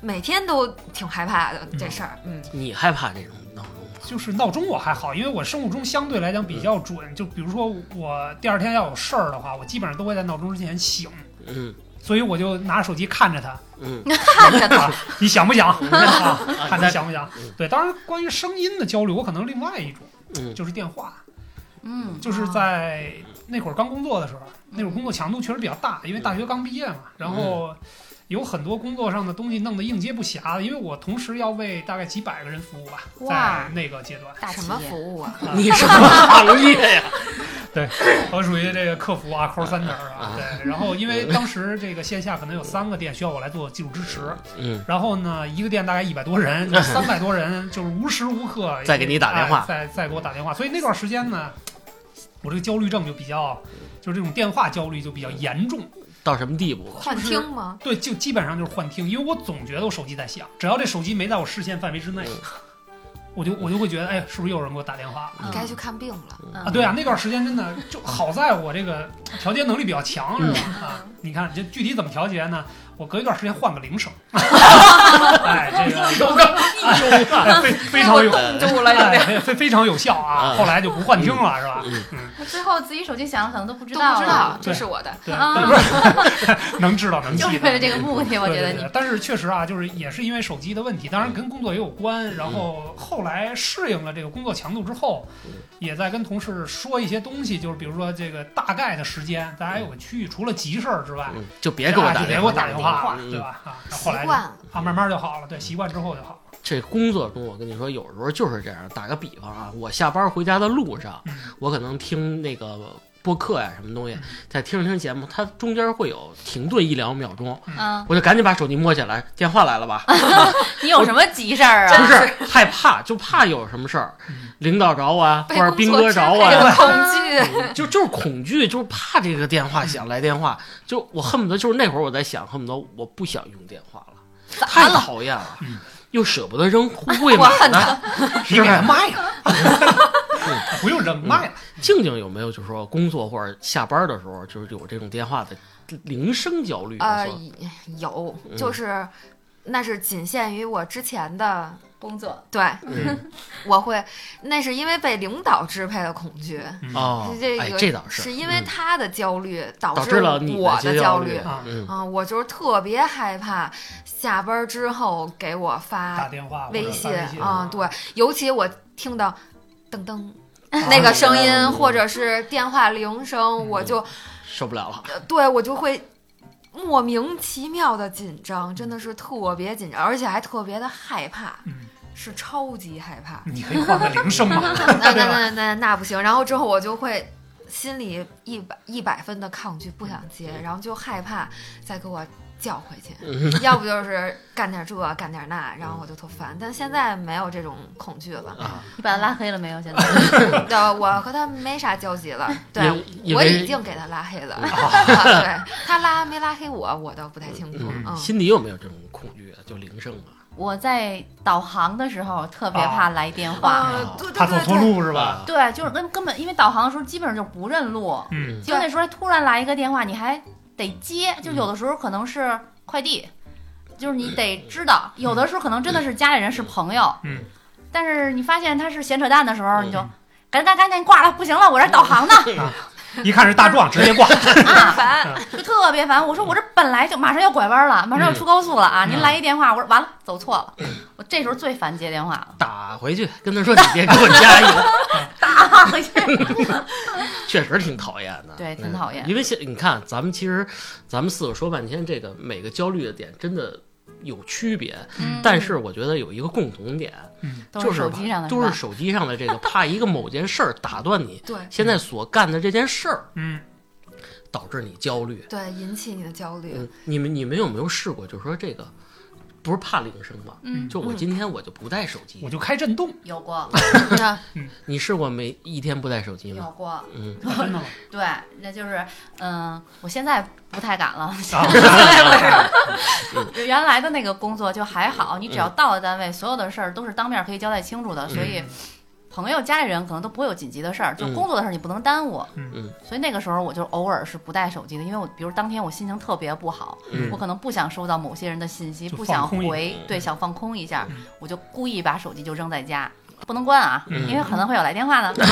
每天都挺害怕的这事儿。嗯，你害怕这种闹钟吗？就是闹钟我还好，因为我生物钟相对来讲嗯比较准。就比如说我第二天要有事儿的话，我基本上都会在闹钟之前醒，嗯所以我就拿手机看着它， 嗯，看着它， 你响不响？啊啊看它响不响嗯？对，当然关于声音的焦虑，我可能另外一种嗯就是电话。嗯，就是在那会儿刚工作的时候，那会儿工作强度确实比较大，因为嗯大学刚毕业嘛，然后有很多工作上的东西弄得应接不暇，因为我同时要为大概几百个人服务吧，哇在那个阶段，大什企么业服务 啊？你什么行业呀？我属于这个客服啊，call center 啊啊，对，然后因为当时这个线下可能有三个店需要我来做技术支持，嗯，然后呢，一个店大概一百 多人，三百多人，就是无时无刻再给你打电话哎再再给我打电话。所以那段时间呢，我这个焦虑症就比较，就是这种电话焦虑就比较严重。到什么地步了？幻听吗？对，就基本上就是幻听，因为我总觉得我手机在响，只要这手机没在我视线范围之嗯内，我就我就会觉得，哎，是不是又有人给我打电话你该嗯去看病了。啊？嗯对啊，那段时间真的就好在我这个调节能力比较强，嗯是吧？啊，你看这具体怎么调节呢？我隔一段时间换个铃 声，哎，这个哎非非常有。冻住了哎非非非常有效啊！嗯后来就不幻听嗯了，是吧？那最后自己手机响了，可能都不知都不道知了，道这是我的，对，啊但是能知道能记就得，是为了这个目的，我对觉对得你对但是确实啊，就是也是因为手机的问题，当然跟工作也有嗯关。然后后来适应了这个工作强度之后嗯，也在跟同事说一些东西，就是比如说这个大概的时间，大嗯家有个区域，除了急事儿之外，嗯，就别给我打别电给我话，打电话，嗯对？吧？啊，然后习后来就惯了。啊，慢慢就好了，对，习惯之后就好了。这工作中，我跟你说，有时候就是这样。打个比方啊，我下班回家的路上， 嗯我可能听那个播客呀、什么东西嗯，在听着听着节目，它中间会有停顿一两秒钟，嗯，我就赶紧把手机摸起来，电话来了吧？你有什么急事儿不啊？是害怕，就怕有什么事儿嗯，领导找我啊，或被者工斌作哥支找我配啊，的恐惧， 就就是恐惧，就是怕这个电话响来电话，就我恨不得就是那会儿我在想，恨不得我不想用电话了，太讨厌了嗯，又舍不得扔，会不会买呢？你是给不他是？骂呀！不用扔，卖了。 静静有没有就是说工作或者下班的时候，就是有这种电话的铃声焦虑？呃算，有，嗯就是那是仅限于我之前的，工作对嗯我会，那是因为被领导支配的恐惧，嗯哦，这哎，个这倒是是因为嗯他的焦虑导导致致了你我的焦虑虑。啊嗯，啊、我就是特别害怕下班之后给我打发电话、微信信啊、啊，对，尤其我听到噔噔那个声音，或者是电话铃声，我就受不了了。呃对我就会莫名其妙的紧张，真的是特别紧张，而且还特别的害怕，嗯。是超级害怕 你可以换个铃声嘛，那那对吧？那那那不行，然后之后我就会。心里一百一百分的抗拒，不想接，然后就害怕再给我叫回去， 嗯要不就是干点这干点那，然后我就特烦。嗯但现在没有这种恐惧了，啊，你把他拉黑了没有？现在对，我和他没啥交集了。对，嗯因因我已为哦经给他拉 黑了。啊 对他拉没拉黑我，我倒不太清楚。嗯嗯，心里有没有这种恐惧啊？就铃声啊， 我在导航的时候特别怕来电话，啊，对怕对走对错对，路是啊吧？对，就是根根本因为导航的时候基本上就不认路，嗯，就那时候突然来一个电话，你还得接，就有的时候可能是快递，就是你得知道，有的时候可能真的是家里人是朋友，嗯，但是你发现他是闲扯淡的时候，嗯你就赶紧赶紧赶紧挂了，不行了，我这导航啊呢 一看是大壮，直接 挂。很啊，烦。就特别烦。我说我这本来就马上要拐弯了，马上要出高速了啊，嗯您来一电话，我说完了，走错了，我这时候最烦接电话了，打回去跟他说你别给我加一个。打回去。确实挺讨厌的，对嗯挺讨厌因为现你看，咱们其实咱们四个说半天，这个每个焦虑的点真的有区别， 嗯但是我觉得有一个共同点，都就是手机上的，都是是吧手机上的这个怕一个某件事儿打断你对现在所干的这件事儿，嗯，导致你焦虑。对，引起你的焦虑。嗯，你们你们有没有试过，就是说这个不是怕铃声吗？嗯，就我今天我就不带手机我，就开震动，有过啊那你试过没一天不带手机有吗？过，嗯，真的吗？对，那就是，嗯，我现在不太敢了。啊，原来的那个工作就还好，你只要到了单位，所有的事儿都是当面可以交代清楚的，所以朋友、家里人可能都不会有紧急的事儿，就嗯工作的事儿你不能耽误。嗯嗯所以那个时候我就偶尔是不带手机的，因为我比如当天我心情特别不好，嗯我可能不想收到某些人的信息，就不想放空一回，对，想放空一下，嗯我就故意把手机就扔在家，不能关啊，嗯因为可能会有来 电话的。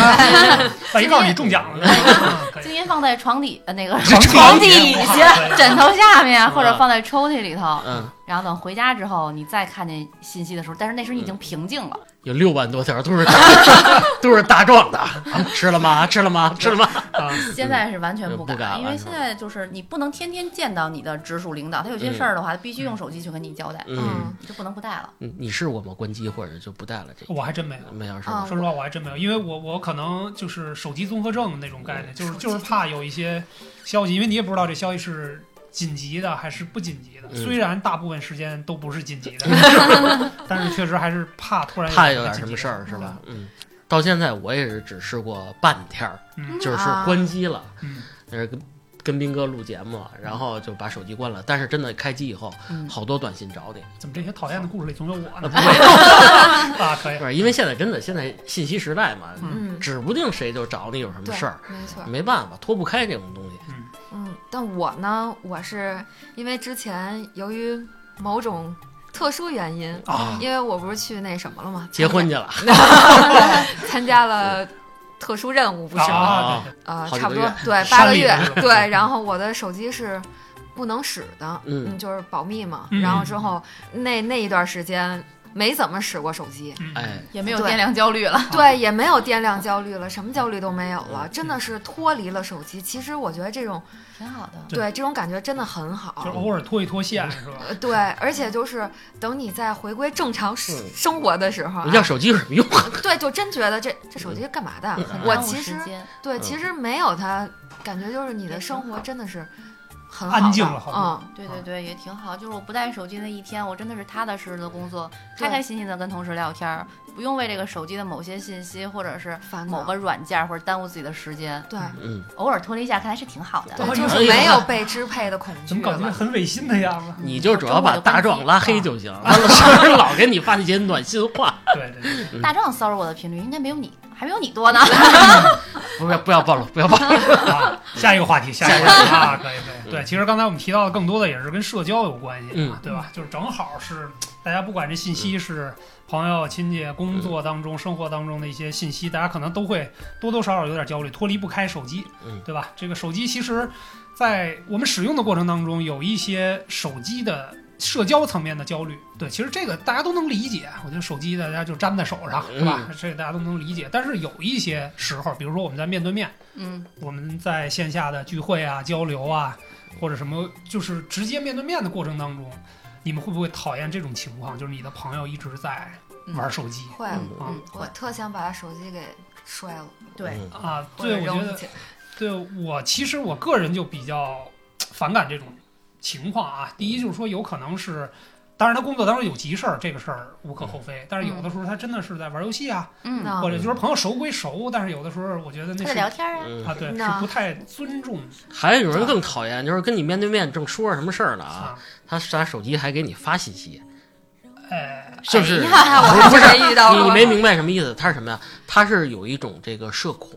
万一告诉你中奖了呢，啊可以今天放在床底呃 那个床床底底下下、枕头下面，嗯或者放在抽屉里头。嗯，然后等回家之后，你再看见信息的时候，但是那时候你已经平静了，有六万多条都是都是大 壮的，啊吃了吗？吃了吗？吃了吗？啊，现在是完全嗯不不敢了因为是现吧在就是你不能天天见到你的直属领导，他有些嗯事儿的话，必须用手机去跟你交代，嗯，嗯你就不能不带了。你你试过吗？关机或者就不带了这我还真没有。没有是啊吧？说实话，我还真没有，因为我我可能就是手机综合症那种概念，就是就是怕有一些消息，因为你也不知道这消息是紧急的还是不紧急的。嗯虽然大部分时间都不是紧急的， 但是确实还是怕突然怕有有点什么事儿是吧？？嗯，到现在我也是只试过半天儿，嗯就是啊关机了，嗯，那是跟跟斌哥录节目，然后就把手机关了。但是真的开机以后，嗯好多短信找你，怎么这些讨厌的故事里总有我呢？啊，可以不，是因为现在真的现在信息时代嘛，嗯，指不定谁就找你有什么对嗯事儿，，没错。没办法，脱不开这种东西。嗯，但我呢，我是因为之前由于某种特殊原因，啊因为我不是去那什么了嗯吗？结婚去了，参加 了特殊任务，不是吗？啊，对对呃，好几差不个多月 对山八个里月的是吧，对。然后我的手机是不能使的，嗯就是保密嘛。嗯然后之后那那一段时间没怎么使过手机，嗯哎，也没有对电量焦虑了，对，也没有电量焦虑了，什么焦虑都没有了，真的是脱离了手机。其实我觉得这种挺好的。对对这种感觉真的很就是好。偶尔脱一脱线是吧？呃，对，而且就是等你再回归正常生嗯生活的时候、我要啊，手机有什么用？对，就真觉得这这手嗯机干嘛的？很我嗯耽误其时实间对，其实没有它，感觉就是你的生活真的是很好安静的了好多嗯，对对对，也挺好。就是我不带手机那一天，我真的是踏踏实实的工作，对开开心心的跟同事聊天儿，不用为这个手机的某些信息或者是烦恼某个软件儿或者耽误自己的时间，对 嗯，偶尔脱离一下，看还是挺好的。嗯哎对，呦就是没有被支配的恐惧怎么感觉了很违心的样子？你就主要把大壮拉黑啊就行，完了，老给你发那些暖心话。对对对，大壮骚扰我的频率应该没有你还没有你多呢。 不要不要暴露，不要暴露。啊，下一个话题，下一个话题啊，可以可以。对，其实刚才我们提到的更多的也是跟社交有关系嘛，嗯对吧？就是正好是大家不管这信息是朋友、亲戚、工作当中、生活当中的一些信息，大家可能都会多多少少有点焦虑，脱离不开手机嗯，对吧？这个手机其实，在我们使用的过程当中，有一些手机的。社交层面的焦虑，对，其实这个大家都能理解。我觉得手机大家就粘在手上，对嗯 吧？这个大家都能理解。但是有一些时候，比如说我们在面对面。嗯，我们在线下的聚会啊、交流啊，或者什么，就是直接面对面的过程当中，你们会不会讨厌这种情况？就是你的朋友一直在玩手机、会，嗯啊嗯，我会，特想把他手机给摔了，对，嗯啊？或者对，我觉扔得，去。 对我其实我个人就比较反感这种情况啊。第一就是说，有可能是。当然，他工作当中有急事儿，这个事儿无可厚非。但是有的时候他真的是在玩游戏啊，嗯，那或者就是朋友熟归熟，但是有的时候我觉得那是他在聊天啊，嗯啊，对，是那不太尊重还有人更讨厌，就是跟你面对面正说着什么事儿呢啊，啊。他拿手机还给你发信息，呃，就是哎哎呀我还不是真没遇到你过你没明白什么意思？他是什么呀？他是有一种这个社恐，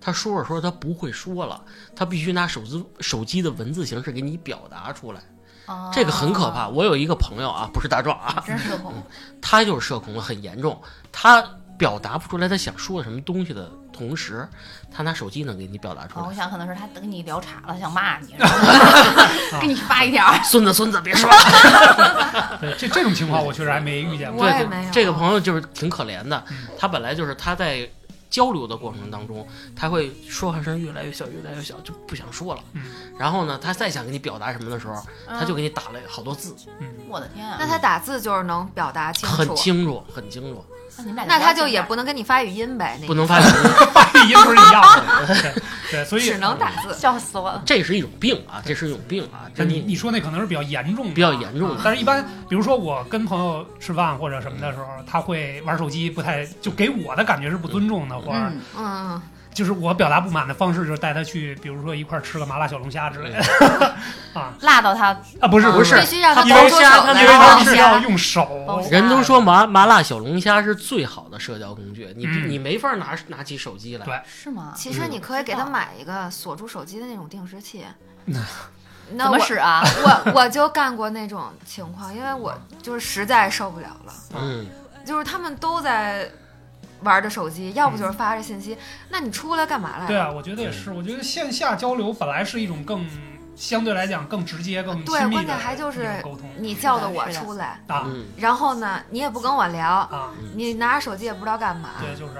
他说着说着他不会说了，他必须拿手机手机的文字形式给你表达出来，啊哦这个很可怕。，我有一个朋友啊，不是大壮啊，真社恐。他就是社恐了，很严重，他表达不出来他想说什么东西的同时，他拿手机能给你表达出哦，我来。想可能是他跟你聊岔了，想骂你，然后给你发一条。孙子，孙子，别说了。对，这这种情况我确实还没遇见过。我也对没有这个朋友就是挺可怜的嗯，他本来就是他在交流的过程当中，他会说话声越来越小，越来越小，就不想说了。嗯然后呢，他再想跟你表达什么的时候， 他就嗯给你打了好多字，嗯，我的天啊那！他打字就是能表达清很楚，清楚，很清楚，那你们俩那他就聊起也来不能跟你发语音呗，那不能发语音，发语音不是一样的，对对，所以只能打字。笑死我了。 这是一种病啊，这是一种病啊，那真你的你啊说那可能是比较严重的，比较严重啊的。但是，一般比如说我跟朋友吃饭或者什么的时候，他会玩手机，不太就给我的感觉是不尊重的，或者 嗯，嗯，就是我表达不满的方式，就是带他去，比如说一块儿吃个麻辣小龙虾之类嗯的辣到他啊，不是嗯不是，必须让他因为掏出手啊虾他来因为他帮们是一要下。用手，包人都说麻麻辣小龙虾是最好的社交工具，你嗯你没法拿拿起手机来对。是吗？其实嗯你可以给他买一个锁住手机的那种定时器。怎那么我使 啊？我我就干过那种情况，因为我就是实在受不了了。嗯，就是他们都在玩着手机，要不就是发着信息。那你出来干嘛来了？对啊，我觉得也是，我觉得线下交流本来是一种更相对来讲更直接、更对亲密的关键还就是一种沟通你叫的我是的出来，啊嗯，然后呢，你也不跟我聊，啊，你拿着手机也不知道干嘛。啊对，就是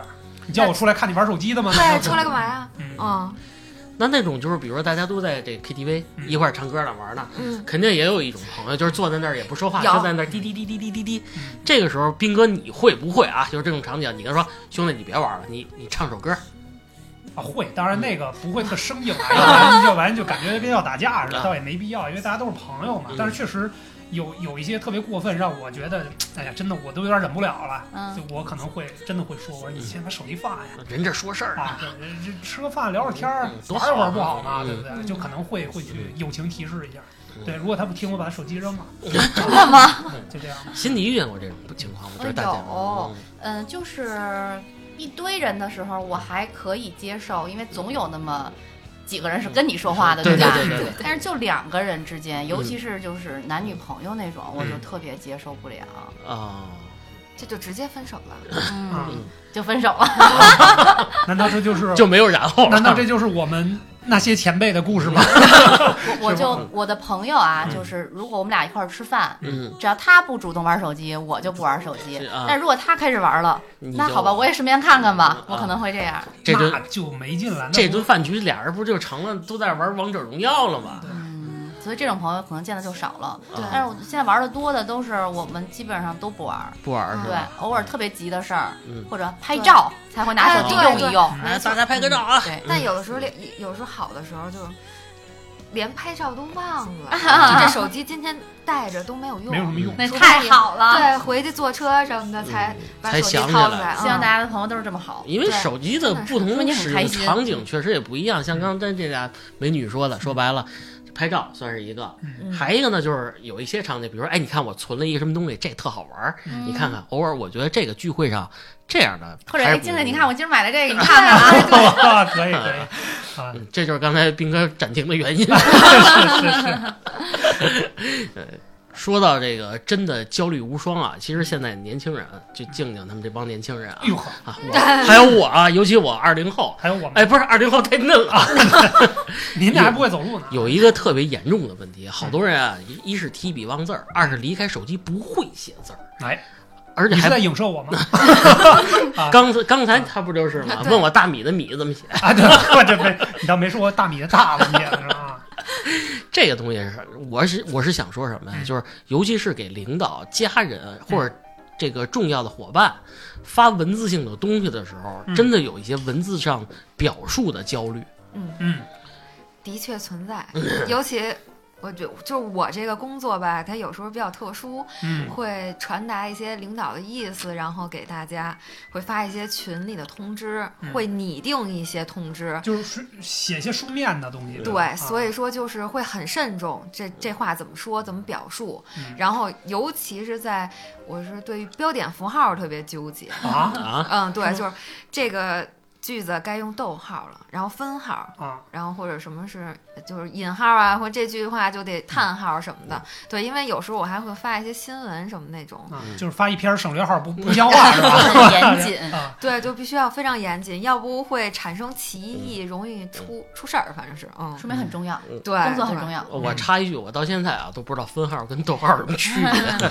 你叫我出来看你玩手机的吗？哎那对，就是出来干嘛呀？嗯哦嗯那那种就是，比如说大家都在这 KTV 嗯一块儿唱歌呢玩呢，嗯，肯定也有一种朋友，就是坐在那儿也不说话，有就在那儿滴滴滴滴滴滴滴嗯。这个时候，斌哥，你会不会啊？就是这种场景，你跟他说，兄弟，你别玩了，你你唱首歌，啊，会，当然那个不会特生硬 啊，要不然要不然就感觉跟要打架似的，啊倒也没必要，因为大家都是朋友嘛嗯。但是确实有有一些特别过分，让我觉得，哎呀，真的我都有点忍不了了。 嗯，就我可能会真的会说，我说你先把手机放下。人这说事儿呢啊，对这这吃个饭聊会儿天儿嗯嗯，多玩一会好啊儿不好吗？嗯对不对？就可能会会去友情提示一下嗯。对，如果他不听，我把他手机扔了，真的吗？就这样。心里遇见过这种情况吗？就是大家有 嗯，就是一堆人的时候，我还可以接受，因为总有那么几个人是跟你说话的，对吧？对对对，但是就两个人之间，尤其是就是男女朋友那种，我就特别接受不了，啊，这就直接分手了。嗯，嗯就分手了。难道这就是就没有然后难道了。这就是我们那些前辈的故事吗？ 我就嗯我的朋友啊，嗯就是如果我们俩一块儿吃饭， 嗯，只要他不主动玩手机，我就不玩手是机啊。但如果他开始玩了，你那就好吧，我也顺便看看吧嗯，我啊可能会这样。这那顿就没劲了。那这不顿饭局俩人不就成了都在玩王者荣耀了吗？啊嗯，所以这种朋友可能见的就少了。嗯对但是我现在玩的多的都是我们基本上都不玩儿，不玩是对吧？，偶尔特别急的事儿嗯或者拍照才会拿手机哎对用一用。来，大家拍个照啊！对，但有的时候连有有时候好的时候就连拍照都忘 了，啊就这手机今天带着都没有用，没有什么用。嗯那除非太你好了，嗯对，回去坐车什么的才把才手机想掏起来出来。嗯嗯希望大家家的朋友都是这么好。因为手机的不对真的同是嗯使用场景确实也不一样，像刚才这俩美女说的，说白了，拍照算是一个，嗯还一个呢就是有一些场景，比如说哎，你看我存了一个什么东西，这特好玩儿，你看看，偶尔我觉得这个聚会上这样的嗯或者还哎，是不金子，你看我今儿买了 这个，你看看啊，对啊，可以可以啊，嗯，这就是刚才斌哥暂停的原 因。是是是，呃说到这个真的焦虑无双啊，其实现在年轻人就静静他们这帮年轻人啊哎呦呵，啊，我还有我啊，尤其我二零后，还有我们，哎，不是二零后太嫩了，啊您这还不会走路呢？有一个特别严重的问题，好多人啊，嗯一一是提笔忘字儿，二是离开手机不会写字儿，哎，而且你是在还影射我吗？刚才刚才他不就是吗？对问我大米的米怎么写？啊，对， 我这没，你倒没说大米的大了，你也是啊，这个东西是，我是我是想说什么呀？嗯就是尤其是给领导、家人或者这个重要的伙伴发文字性的东西的时候，嗯真的有一些文字上表述的焦虑。嗯，嗯的确存在，尤其。我觉就是我这个工作吧，它有时候比较特殊，嗯会传达一些领导的意思，然后给大家会发一些群里的通知，嗯会拟定一些通知。就是书写些书面的东西。对，所以以说就是会很慎重，这这话怎么说，怎么表述。嗯然后，尤其是在我是对于标点符号特别纠结。啊啊，嗯，对，是就是这个句子该用逗号了，然后分号，啊，然后或者什么是就是引号啊，或者这句话就得叹号什么的。对，因为有时候我还会发一些新闻什么那种。啊，嗯就是发一篇省略 号不不像话是吧？ 很严谨。啊，对，就必须要非常严谨，要不会产生歧义，容易出出事儿，反正是，嗯，说明很重要，对，工作很对重要。我插一句，我到现在啊都不知道分号跟逗号有什么区别，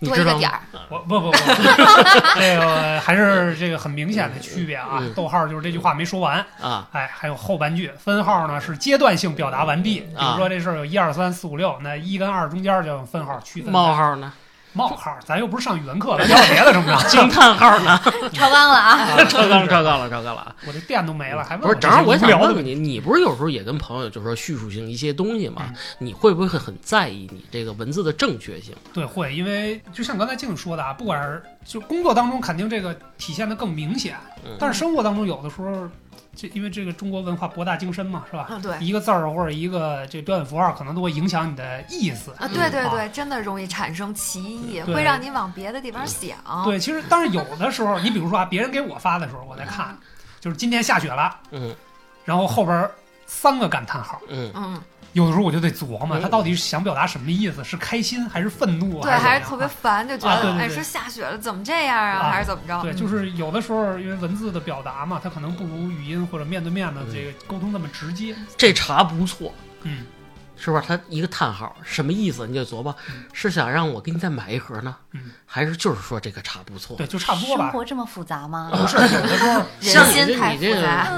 你多一知个道点吗？儿，我不不不， 这个还是这个很明显的区别啊嗯。逗号就是这句话没说完，啊，哎，还有后半句分号呢是阶段性表达完毕，比啊如说这事儿有一二三四五六，那一跟二中间就用分号区分。冒号呢？ 冒号，咱又不是上语文课了，聊点别的成不成？ 惊叹号呢？超纲了啊！ 超纲了，超纲了，超纲了啊！哎我这电都没了，还问不是，这正好些我无想聊问的问你，你不是有时候也跟朋友就说叙述性一些东西吗嗯？你会不会很在意你这个文字的正确性？对，会，因为就像刚才静静说的啊，不管是就工作当中，肯定这个体现的更明显嗯，但是生活当中有的时候，这因为这个中国文化博大精深嘛，是吧？嗯，对，一个字儿或者一个这标点符号，可能都会影响你的意思。啊，对对啊对，真的容易产生歧义，对会让你往别的地方想，对，其实但是有的时候，你比如说啊，别人给我发的时候，嗯我在看，就是今天下雪了，嗯然后后边儿三个感叹号，嗯，嗯，有的时候我就得琢磨，嗯他到底是想表达什么意思？是开心还是愤怒？对，还还是怎特么别样烦，就觉啊对得对哎，对说下雪了怎么这样啊，啊还是怎么着？对，嗯就是有的时候因为文字的表达嘛，它可能不如语音或者面对面的这个嗯沟通那么直接。这茶不错，嗯，是不是？它一个叹号什么意思？你就琢磨，是想让我给你再买一盒呢嗯，还是就是说这个茶不错？对，就差不多生吧。活这么复杂吗？不是，有的时候像你人心这太你这复个杂，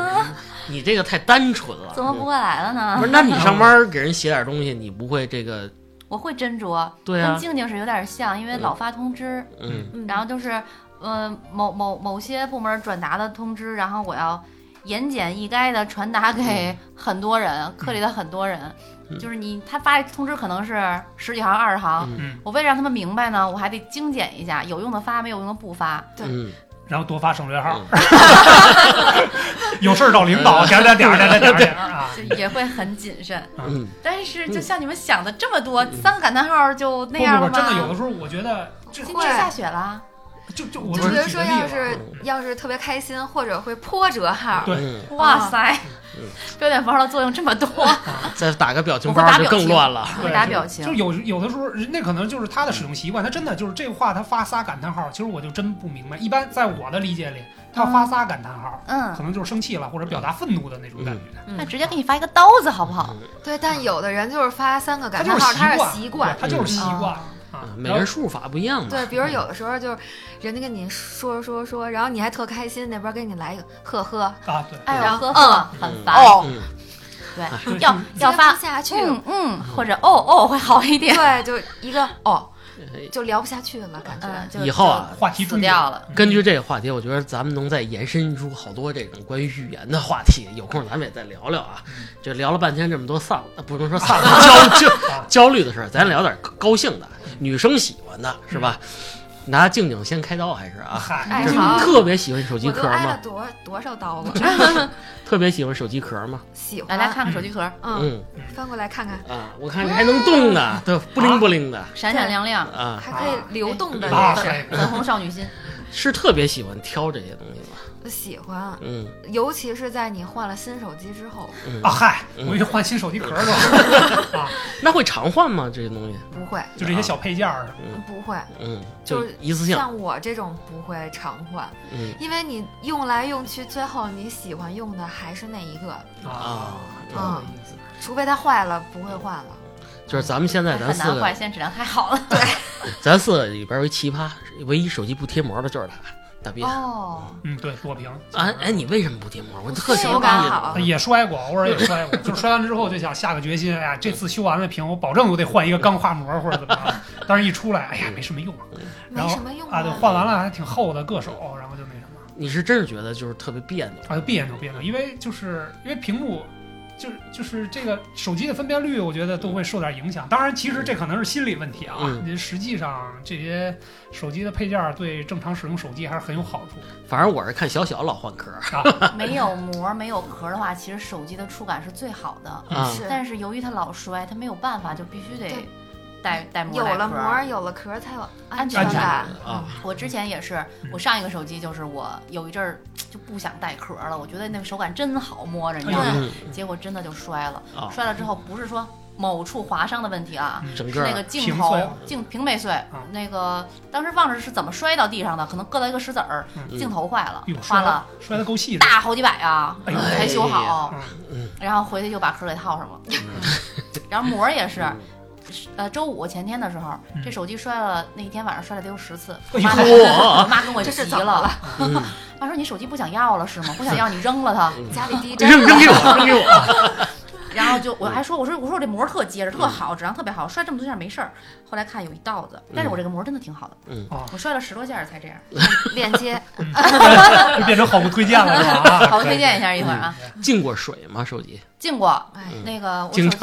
你这个太单纯了，怎么不过来了不是？呢？那你上班给人写点东西，你不会这个？我会斟酌，对跟啊，静静是有点像，因为老发通知，嗯嗯然后就是，呃，某某某些部门转达的通知，然后我要言简意赅的传达给嗯很多人，科里的很多人。嗯就是你他发通知可能是十几行、二十行，嗯嗯，我为了让他们明白呢，我还得精简一下，有用的发，没有用的不发。嗯，然后多发省略号，嗯嗯 有事儿找领导，点儿点儿点儿点儿点儿点儿啊。就也会很谨慎， 嗯，但是就像你们想的这么多，三个感叹号就不那样嗯不了不，吗？真的有的时候我觉得这今会天下雪了，就就我就只比如举说个例要子啊是要是特别开心，或者会波折号，对嗯哇塞嗯，标点符号的作用这么多，再打个表情我会打包就表更情乱了。回答表情就有有的时候，人家可能就是他的使用习惯，他真的就是这个话，他发仨感叹号，其实我就真不明白。一般在我的理解里，他发仨感叹号，嗯可，能就是生气了或者表达愤怒的那种感觉。嗯那直接给你发一个刀子好不好？对，但有的人就是发三个他感就叹是号，他习惯，是习惯对，他就是习惯哦嗯啊。每人输入法不一样嘛。嗯对，比如有的时候就是人家跟你说说说，然后你还特开心，那边给你来一个呵呵，然后啊，对，哎呦然后呵呵，很烦。哦嗯 对，要要接发不下去了，嗯嗯或者哦哦会好一 点。对，就一个哦，就聊不下去了，感觉。嗯，就以后啊话题就死终结掉了。根据这个话题，我觉得咱们能再延伸出好多这种关于语言的话题。有空咱们也再聊聊啊。嗯就聊了半天这么多丧，呃不能说 丧嗯焦焦焦虑的事儿，咱聊点高兴的，女生喜欢的是吧？拿静静先开刀还是啊？嗨，哎就是好特别喜欢手机我都壳挨吗了？多多少刀了，特别喜欢手机壳吗？喜来欢。来看看手机壳，嗯，嗯翻过来看看，啊，我看这还能动呢，对，不灵不灵的闪闪亮亮，啊，还可以流动的啊那嘿， 粉红少女心。是特别喜欢挑这些东西吧？个，喜欢，嗯，尤其是在你换了新手机之后，啊嗨，我去换新手机壳了嗯啊，那会常换吗？这些东西？不会，就这些小配件儿，不会，嗯，就就是一次性，像我这种不会常换，嗯因为你用来用去，最后你喜欢用的还是那一个，啊，啊，嗯，除非它坏了不会换了。就是咱们现在咱很四难坏，个，现在质量太好 了。咱四个里边有一奇葩，唯一手机不贴膜的就是他，大斌。哦，嗯，对，多屏啊，哎，你为什么不贴膜？我特想手感好啊哎也摔过，偶尔也摔过，就是摔完之后就想下个决心，哎呀，这次修完了屏，我保证我得换一个钢化膜或者怎么着。但是一出来，哎呀，没什么用啊，然没后什么用啊，对，换完了还挺厚的，硌手，然后就那什么，你是真是觉得就是特别别扭，啊，就别扭别扭，因为就是因为屏幕。就是就是这个手机的分辨率，我觉得都会受点影响。当然，其实这可能是心理问题啊。嗯你实际上这些手机的配件儿对正常使用手机还是很有好处的反正我是看小小老换壳，没有膜没有壳的话，其实手机的触感是最好的。啊是但是由于它老摔，它没有办法，就必须得对带带膜有带了壳膜，有了壳才有安安全全感感。啊，我之前也是，我上一个手机就是我有一阵儿就不想带壳了，我觉得那个手感真好摸着，你知道吗？嗯结果真的就摔了，啊，摔了之后不是说某处划伤的问题啊，嗯嗯整是那个个镜屏头碎了镜屏没碎，那个当时忘了是怎么摔到地上的，可能硌到一个石子儿，嗯镜头坏了哟，摔花了了摔得够细的。大好几百啊，哎呦才修好哎呀，嗯然后回去又把壳给套上了，然后膜儿也是。嗯呃，周五前天的时候，嗯这手机摔了，那一天晚上摔了得有十次。我哎妈呦跟我我妈跟我这急是怎么了嗯妈说你手机不想要了是 吗？不想要你扔了它。家里第一 扔张扔给我，扔给我，然后 就我还说我说我说我这膜特结实，特好，质量特别好，摔这么多下没事儿。后来看有一道子，但是我这个膜真的挺好的，嗯啊我摔了十多下儿才这样。链接，嗯就变成好物推荐了，是吧？啊好，我推荐一下一会儿嗯啊，进过水吗？手机进过哎， 嗯那个我手经机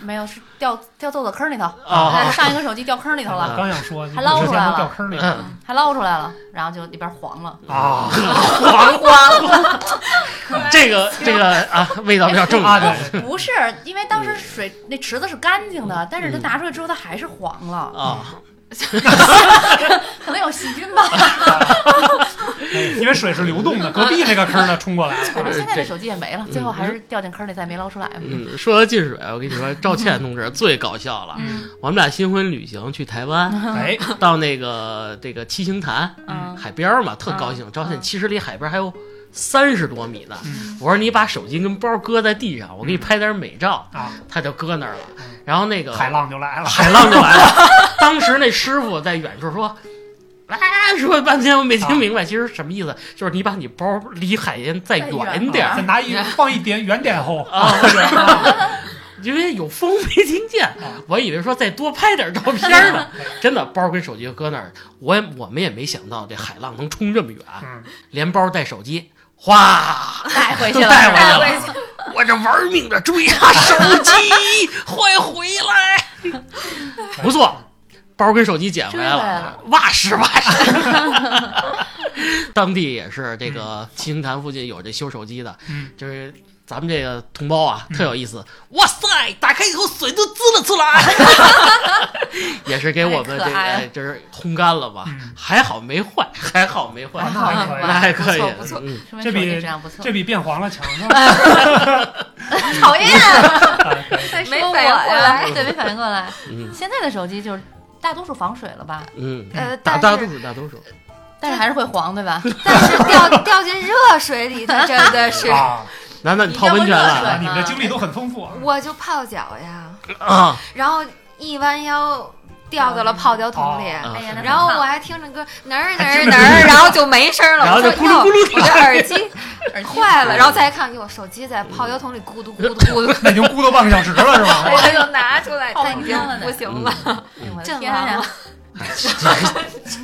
没有是掉掉豆子坑里头，啊哎上一个手机掉坑里头了，刚想说，还捞之出来前了都掉坑里了嗯，还捞出来了，然后就里边黄了，啊 黄瓜，这个这个啊，味道比较正啊！对，对不是因为当时水那池子是干净嗯的，但是它拿出来之后它还是 黄了，啊，可能有细菌吧。哎对因为水是流动的，隔壁那个坑呢冲过来 反正了。现在这手机也没了，最后还是掉进坑里再没捞出来。嗯，说到进水，我跟你说，赵倩同志最搞笑了。嗯我们俩新婚旅行去台 湾， 哎，到那个这个七星潭嗯海边儿嘛，特高兴。赵倩其实离海边还有三十多米呢。我说你把手机跟包搁在地上，我给你拍点美照。啊，他就搁那儿了，然后那个海浪就来了。海浪就来了。 当时那师傅在远处说：“哎，说半天我没听明白，其实什么意思？就是你把你包离海边再远点再儿拿 一放一点远点后，啊， 因为有风没听见。我以为说再多拍点照片 呢，真的包跟手机搁那儿，我也我们也没想到这海浪能冲这么远，嗯，连包带手机， 哗，带回去都了， 带回去是吧了。我这玩命的追啊，手机快回来！不错，包跟手机捡回来追回来了了，哇实哇实。 当地也是这个七星潭附近有这修手机的，嗯就是咱们这个同胞啊，特有意思。哇塞，打开以后水都滋了出来， 也是给我们这太可爱了哎就是烘干了吧嗯？还好没坏，还好没坏啊，那还可那还可以，以不错不错，嗯这说明手机比质量不错。这比变黄了强呢。 讨厌，哎可以，没没反应过 来对，没反应过来。嗯现在的手机就是大多数防水了吧，嗯，呃，大但大多是数大多数。但是还是会黄，对吧？但是掉掉进热水里头真的是啊，难道你泡温泉来啊了你们的经历都很丰富 啊。我就泡脚呀，啊？然后一弯腰掉到了泡脚桶里。啊哎呀，那然后我还听着歌，哪儿哪还儿听着哪歌儿，然后就没声了。然后就咕噜咕噜我说哟我这耳机耳机坏了，然后再一看，哟，手机在泡脚桶里咕嘟咕嘟咕 嘟，那已经 咕嘟半个小时了，是吧？我就拿出来，它已经不行了。哎呦我的阵天亡呀了！哎吃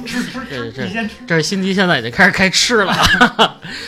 吃这吃，这你先吃。这是辛迪现在已经开始开吃了。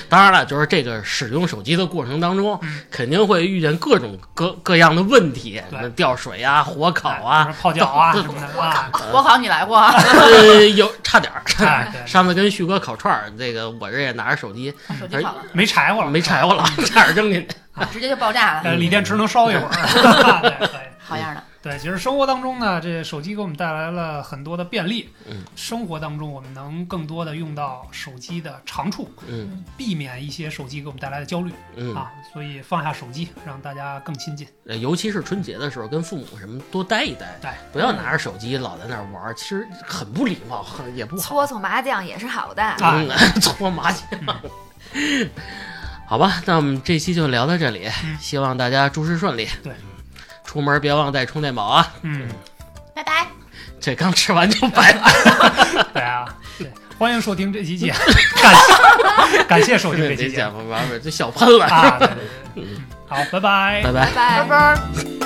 当然了，就是这个使用手机的过程当中嗯，肯定会遇见各种各各样的问题，对什么掉水啊、火烤啊，哎泡脚 啊这什么的啊，我好，你来过啊？ 呃，有差点儿。哎，对，上次跟旭哥烤串儿，这个我这也拿着手机手机跑了，没柴 火了，嗯没柴火了，差点扔进 去。直接就爆炸了，呃，锂电池能烧 一会儿。 对对好样的！对，其实生活当中呢，这手机给我们带来了很多的便利。嗯，生活当中我们能更多的用到手机的长处，嗯避免一些手机给我们带来的焦虑嗯，啊。所以放下手机，让大家更亲近。呃尤其是春节的时候，跟父母什么多待一待对，嗯不要拿着手机老在那儿玩儿，其实很不礼貌，很也不好。搓搓麻将也是好的。啊嗯， 搓麻将。好吧，那我们这期就聊到这里，嗯希望大家诸事顺利。对，出门别忘带充电宝啊！嗯， 拜拜。这刚吃完就拜了。对啊， 对，欢迎收听这期节目， 感谢感谢收听这期节讲目啊完了就笑喷了，啊。对对对，嗯好，拜拜拜拜。拜拜。